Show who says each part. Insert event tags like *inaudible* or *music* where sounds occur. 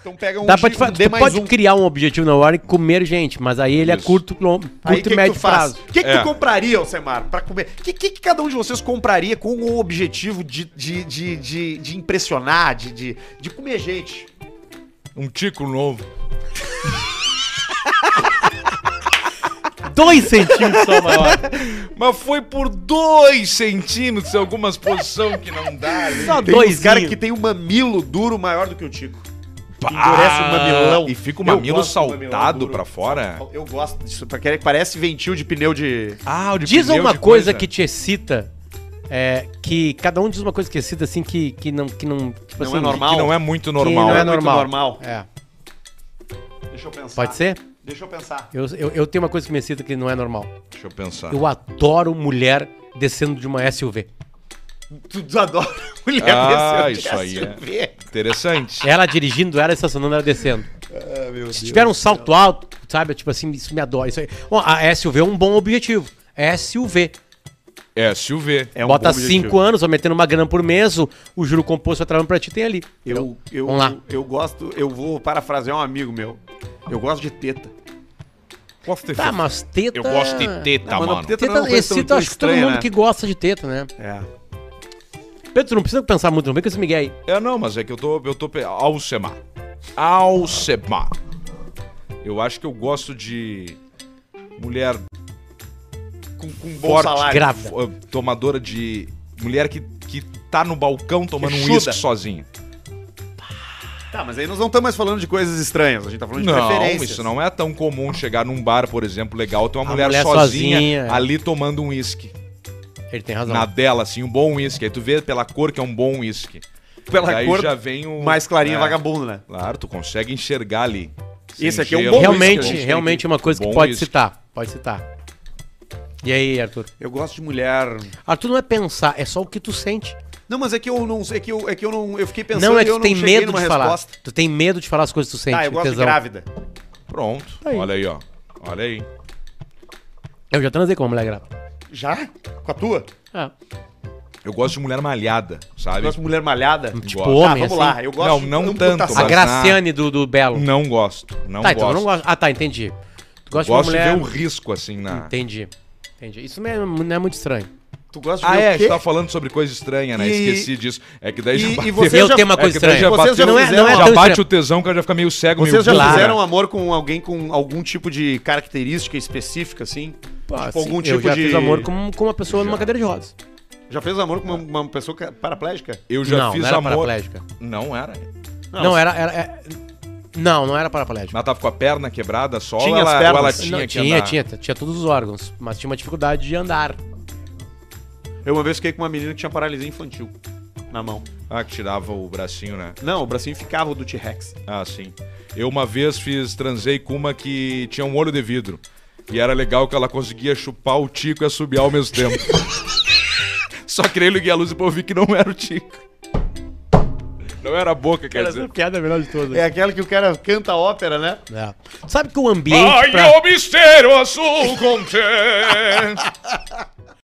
Speaker 1: Então pega um
Speaker 2: Dá pra
Speaker 1: G-
Speaker 2: te fa-
Speaker 1: um D
Speaker 2: tu
Speaker 1: mais
Speaker 2: pode
Speaker 1: um.
Speaker 2: criar um objetivo na hora e comer gente, mas aí ele é
Speaker 3: Isso.
Speaker 2: curto, long- curto
Speaker 1: Aí, que
Speaker 2: e
Speaker 1: que
Speaker 2: médio
Speaker 1: tu faz?
Speaker 2: prazo.
Speaker 1: O que, que
Speaker 3: É.
Speaker 1: tu compraria, Alcemar, pra comer? O que, que, que cada um de vocês compraria com o objetivo de, de, de, de, de impressionar, de, de, de comer gente?
Speaker 4: Um tico novo.
Speaker 2: Dois
Speaker 1: *laughs*
Speaker 2: centímetros só maior.
Speaker 4: Mas foi por dois centímetros em algumas posições que não dá. né?
Speaker 2: Só
Speaker 1: Tem
Speaker 2: dois.
Speaker 1: uns cara que tem um mamilo duro maior do que o Tico. Que endurece o
Speaker 4: Ah,
Speaker 1: mamilão.
Speaker 4: E fica o
Speaker 1: Eu
Speaker 4: mamilo
Speaker 1: gosto do mamilão
Speaker 4: saltado
Speaker 1: duro.
Speaker 4: pra fora?
Speaker 1: Eu gosto disso, porque ele parece ventil de pneu de...
Speaker 4: Ah, o de
Speaker 2: Diz
Speaker 4: pneu
Speaker 2: uma
Speaker 4: de
Speaker 2: coisa, que te excita. é, que cada um diz uma coisa que excita, assim, que, que não. Que não, tipo
Speaker 1: Não
Speaker 2: assim,
Speaker 1: é normal.
Speaker 4: Que não é muito normal.
Speaker 2: não é
Speaker 1: muito
Speaker 2: normal.
Speaker 1: normal.
Speaker 2: É.
Speaker 1: Deixa eu pensar.
Speaker 2: Pode ser?
Speaker 1: Deixa eu pensar.
Speaker 2: Eu, eu, eu tenho uma coisa que me excita que não é normal.
Speaker 4: Deixa eu
Speaker 1: Tá.
Speaker 4: pensar.
Speaker 2: Eu adoro mulher descendo de uma SUV.
Speaker 1: Tu adora mulher
Speaker 4: Ah,
Speaker 1: descendo de
Speaker 4: isso aí, é.
Speaker 1: SUV.
Speaker 4: Interessante.
Speaker 2: Ela dirigindo, ela estacionando, ela descendo.
Speaker 1: Ah, meu
Speaker 2: Se tiver um salto alto, sabe? Tipo assim, isso me adora. Isso aí. Bom, a SUV é um bom objetivo. SUV.
Speaker 4: É, SUV.
Speaker 1: É um
Speaker 2: Bota
Speaker 1: bom
Speaker 2: cinco anos, vai metendo uma grana por mês, o, o juro composto vai travando pra ti, tem ali.
Speaker 1: Eu, eu,
Speaker 2: Vamos lá.
Speaker 1: eu gosto, eu vou parafrasear um amigo meu. Eu gosto de teta.
Speaker 4: Gosto de
Speaker 2: Tá, mas teta...
Speaker 4: Eu gosto de teta,
Speaker 1: Não, mas não
Speaker 4: mano.
Speaker 1: teta não é uma
Speaker 2: Teta
Speaker 1: coisa tão-
Speaker 2: excita,
Speaker 1: tão
Speaker 2: acho que todo
Speaker 1: estranha,
Speaker 2: mundo
Speaker 1: né?
Speaker 2: que gosta de teta, né?
Speaker 1: É.
Speaker 2: Pedro, tu não precisa pensar muito, não vem com esse Miguel aí.
Speaker 4: É, não, mas é que eu tô. Eu tô. pe- Alcemar. Alcemar. Eu acho que eu gosto de. Mulher. Com, com
Speaker 1: bom
Speaker 4: forte,
Speaker 1: salário.
Speaker 2: Grávida.
Speaker 4: fo- Tomadora de. Mulher que, que tá no balcão tomando um
Speaker 1: chuda.
Speaker 4: uísque sozinha.
Speaker 1: Tá, mas aí nós não estamos mais falando de coisas estranhas, a gente tá falando de
Speaker 4: Não,
Speaker 1: preferências.
Speaker 4: isso não é tão comum chegar num bar, por exemplo, legal, ter uma
Speaker 2: A
Speaker 4: mulher,
Speaker 2: mulher
Speaker 4: sozinha,
Speaker 2: sozinha, é.
Speaker 4: ali tomando um uísque.
Speaker 2: Ele tem razão.
Speaker 4: Na dela, assim, um bom uísque. Aí tu vê pela cor que é um bom uísque.
Speaker 1: Pela
Speaker 4: Daí
Speaker 1: cor,
Speaker 4: já vem o.
Speaker 1: mais clarinha
Speaker 4: é,
Speaker 1: vagabundo, né?
Speaker 4: Claro, tu consegue enxergar ali. Sem
Speaker 1: Esse aqui é um
Speaker 4: gelo,
Speaker 1: bom
Speaker 2: Realmente,
Speaker 1: whisky,
Speaker 4: sem-
Speaker 2: realmente é uma coisa que
Speaker 4: Bom
Speaker 2: pode
Speaker 4: whisky.
Speaker 2: citar. Pode citar. E aí, Arthur?
Speaker 1: Eu gosto de mulher.
Speaker 2: Arthur não é pensar, é só o que tu sente.
Speaker 1: Não, mas é que eu não, é que eu, é que eu não, eu fiquei pensando
Speaker 2: Não é
Speaker 1: e
Speaker 2: que
Speaker 1: eu
Speaker 2: tu tem
Speaker 1: cheguei
Speaker 2: medo
Speaker 1: numa
Speaker 2: de falar.
Speaker 1: resposta.
Speaker 2: Tu tem medo de falar as coisas que tu sente.
Speaker 1: Tá, eu gosto de grávida.
Speaker 4: Pronto.
Speaker 2: Tá Aí.
Speaker 4: Olha aí, ó. Olha aí.
Speaker 2: Eu já transei com uma mulher grávida.
Speaker 1: Já? Com a tua?
Speaker 2: Ah,
Speaker 4: Eu gosto de mulher malhada,
Speaker 1: Eu
Speaker 4: sabe?
Speaker 1: gosto de mulher malhada.
Speaker 2: tipo
Speaker 4: Gosto.
Speaker 1: Tá,
Speaker 2: homem,
Speaker 1: vamos
Speaker 2: assim.
Speaker 1: lá. Eu gosto
Speaker 4: Não,
Speaker 1: de tá
Speaker 4: não
Speaker 1: amputação.
Speaker 4: tanto,
Speaker 2: A
Speaker 4: mas-
Speaker 2: Graciane do, do Belo.
Speaker 4: né? Não gosto. Não
Speaker 2: tá,
Speaker 4: gosto.
Speaker 2: então eu não gosto. Ah, tá, entendi. Tu gosta
Speaker 4: Gosto
Speaker 2: de uma mulher...
Speaker 4: de ver o risco, assim, na.
Speaker 2: Entendi. Entendi. Isso não é, não é muito estranho.
Speaker 1: Tu gosta de
Speaker 4: Ah,
Speaker 1: ver
Speaker 4: é,
Speaker 1: o
Speaker 4: a
Speaker 1: quê?
Speaker 4: gente tava falando sobre coisa estranha, né?
Speaker 1: E-
Speaker 4: Esqueci disso. É que daí
Speaker 1: e-
Speaker 4: já
Speaker 1: e
Speaker 4: bateu.
Speaker 1: você
Speaker 2: eu
Speaker 1: já-
Speaker 2: tenho uma
Speaker 4: *laughs* é
Speaker 2: coisa
Speaker 4: que daí
Speaker 2: estranha.
Speaker 4: já
Speaker 1: Vocês
Speaker 4: bateu-
Speaker 1: já
Speaker 2: não é, não é
Speaker 1: fizeram-
Speaker 2: tão
Speaker 4: Já bate o
Speaker 2: estranho.
Speaker 4: tesão, o cara já fica meio cego, meio
Speaker 1: é,
Speaker 4: né?
Speaker 1: Vocês já
Speaker 2: Claro.
Speaker 1: fizeram amor com alguém com algum tipo de característica específica, assim?
Speaker 2: Pá,
Speaker 1: tipo,
Speaker 2: assim,
Speaker 1: algum
Speaker 2: eu
Speaker 1: tipo
Speaker 2: já
Speaker 1: de...
Speaker 2: fiz amor com, com uma pessoa numa cadeira de rodas.
Speaker 1: Já fez amor com uma, uma pessoa ca- paraplégica?
Speaker 4: Eu já
Speaker 2: não,
Speaker 4: fiz
Speaker 2: não era
Speaker 4: amor.
Speaker 2: paraplégica.
Speaker 4: Não era.
Speaker 2: Não, era, era- é- Não, não era paraplégica.
Speaker 4: Ela tava com a perna quebrada só,
Speaker 1: Tinha
Speaker 4: ou ela,
Speaker 1: as pernas.
Speaker 4: ou ela
Speaker 1: Não,
Speaker 4: tinha
Speaker 2: Não,
Speaker 4: que
Speaker 2: tinha,
Speaker 4: andar?
Speaker 2: tinha, tinha todos os órgãos, mas tinha uma dificuldade de andar.
Speaker 1: Eu uma vez fiquei com uma menina que tinha paralisia infantil na mão.
Speaker 4: Ah, que tirava o bracinho, né?
Speaker 1: Não, o bracinho ficava do T-Rex.
Speaker 4: Ah, sim. Eu uma vez fiz, transei com uma que tinha um olho de vidro. E era legal que ela conseguia chupar o tico e assobiar ao mesmo *laughs* tempo. Só que eu liguei a luz e eu vi que não era o tico. Não era a boca, quer dizer.
Speaker 2: piada é a melhor de todas.
Speaker 1: É aquela que o cara canta a ópera, né?
Speaker 2: Sabe que o ambiente
Speaker 4: Ai, é
Speaker 2: pra...
Speaker 4: o mistério azul contém.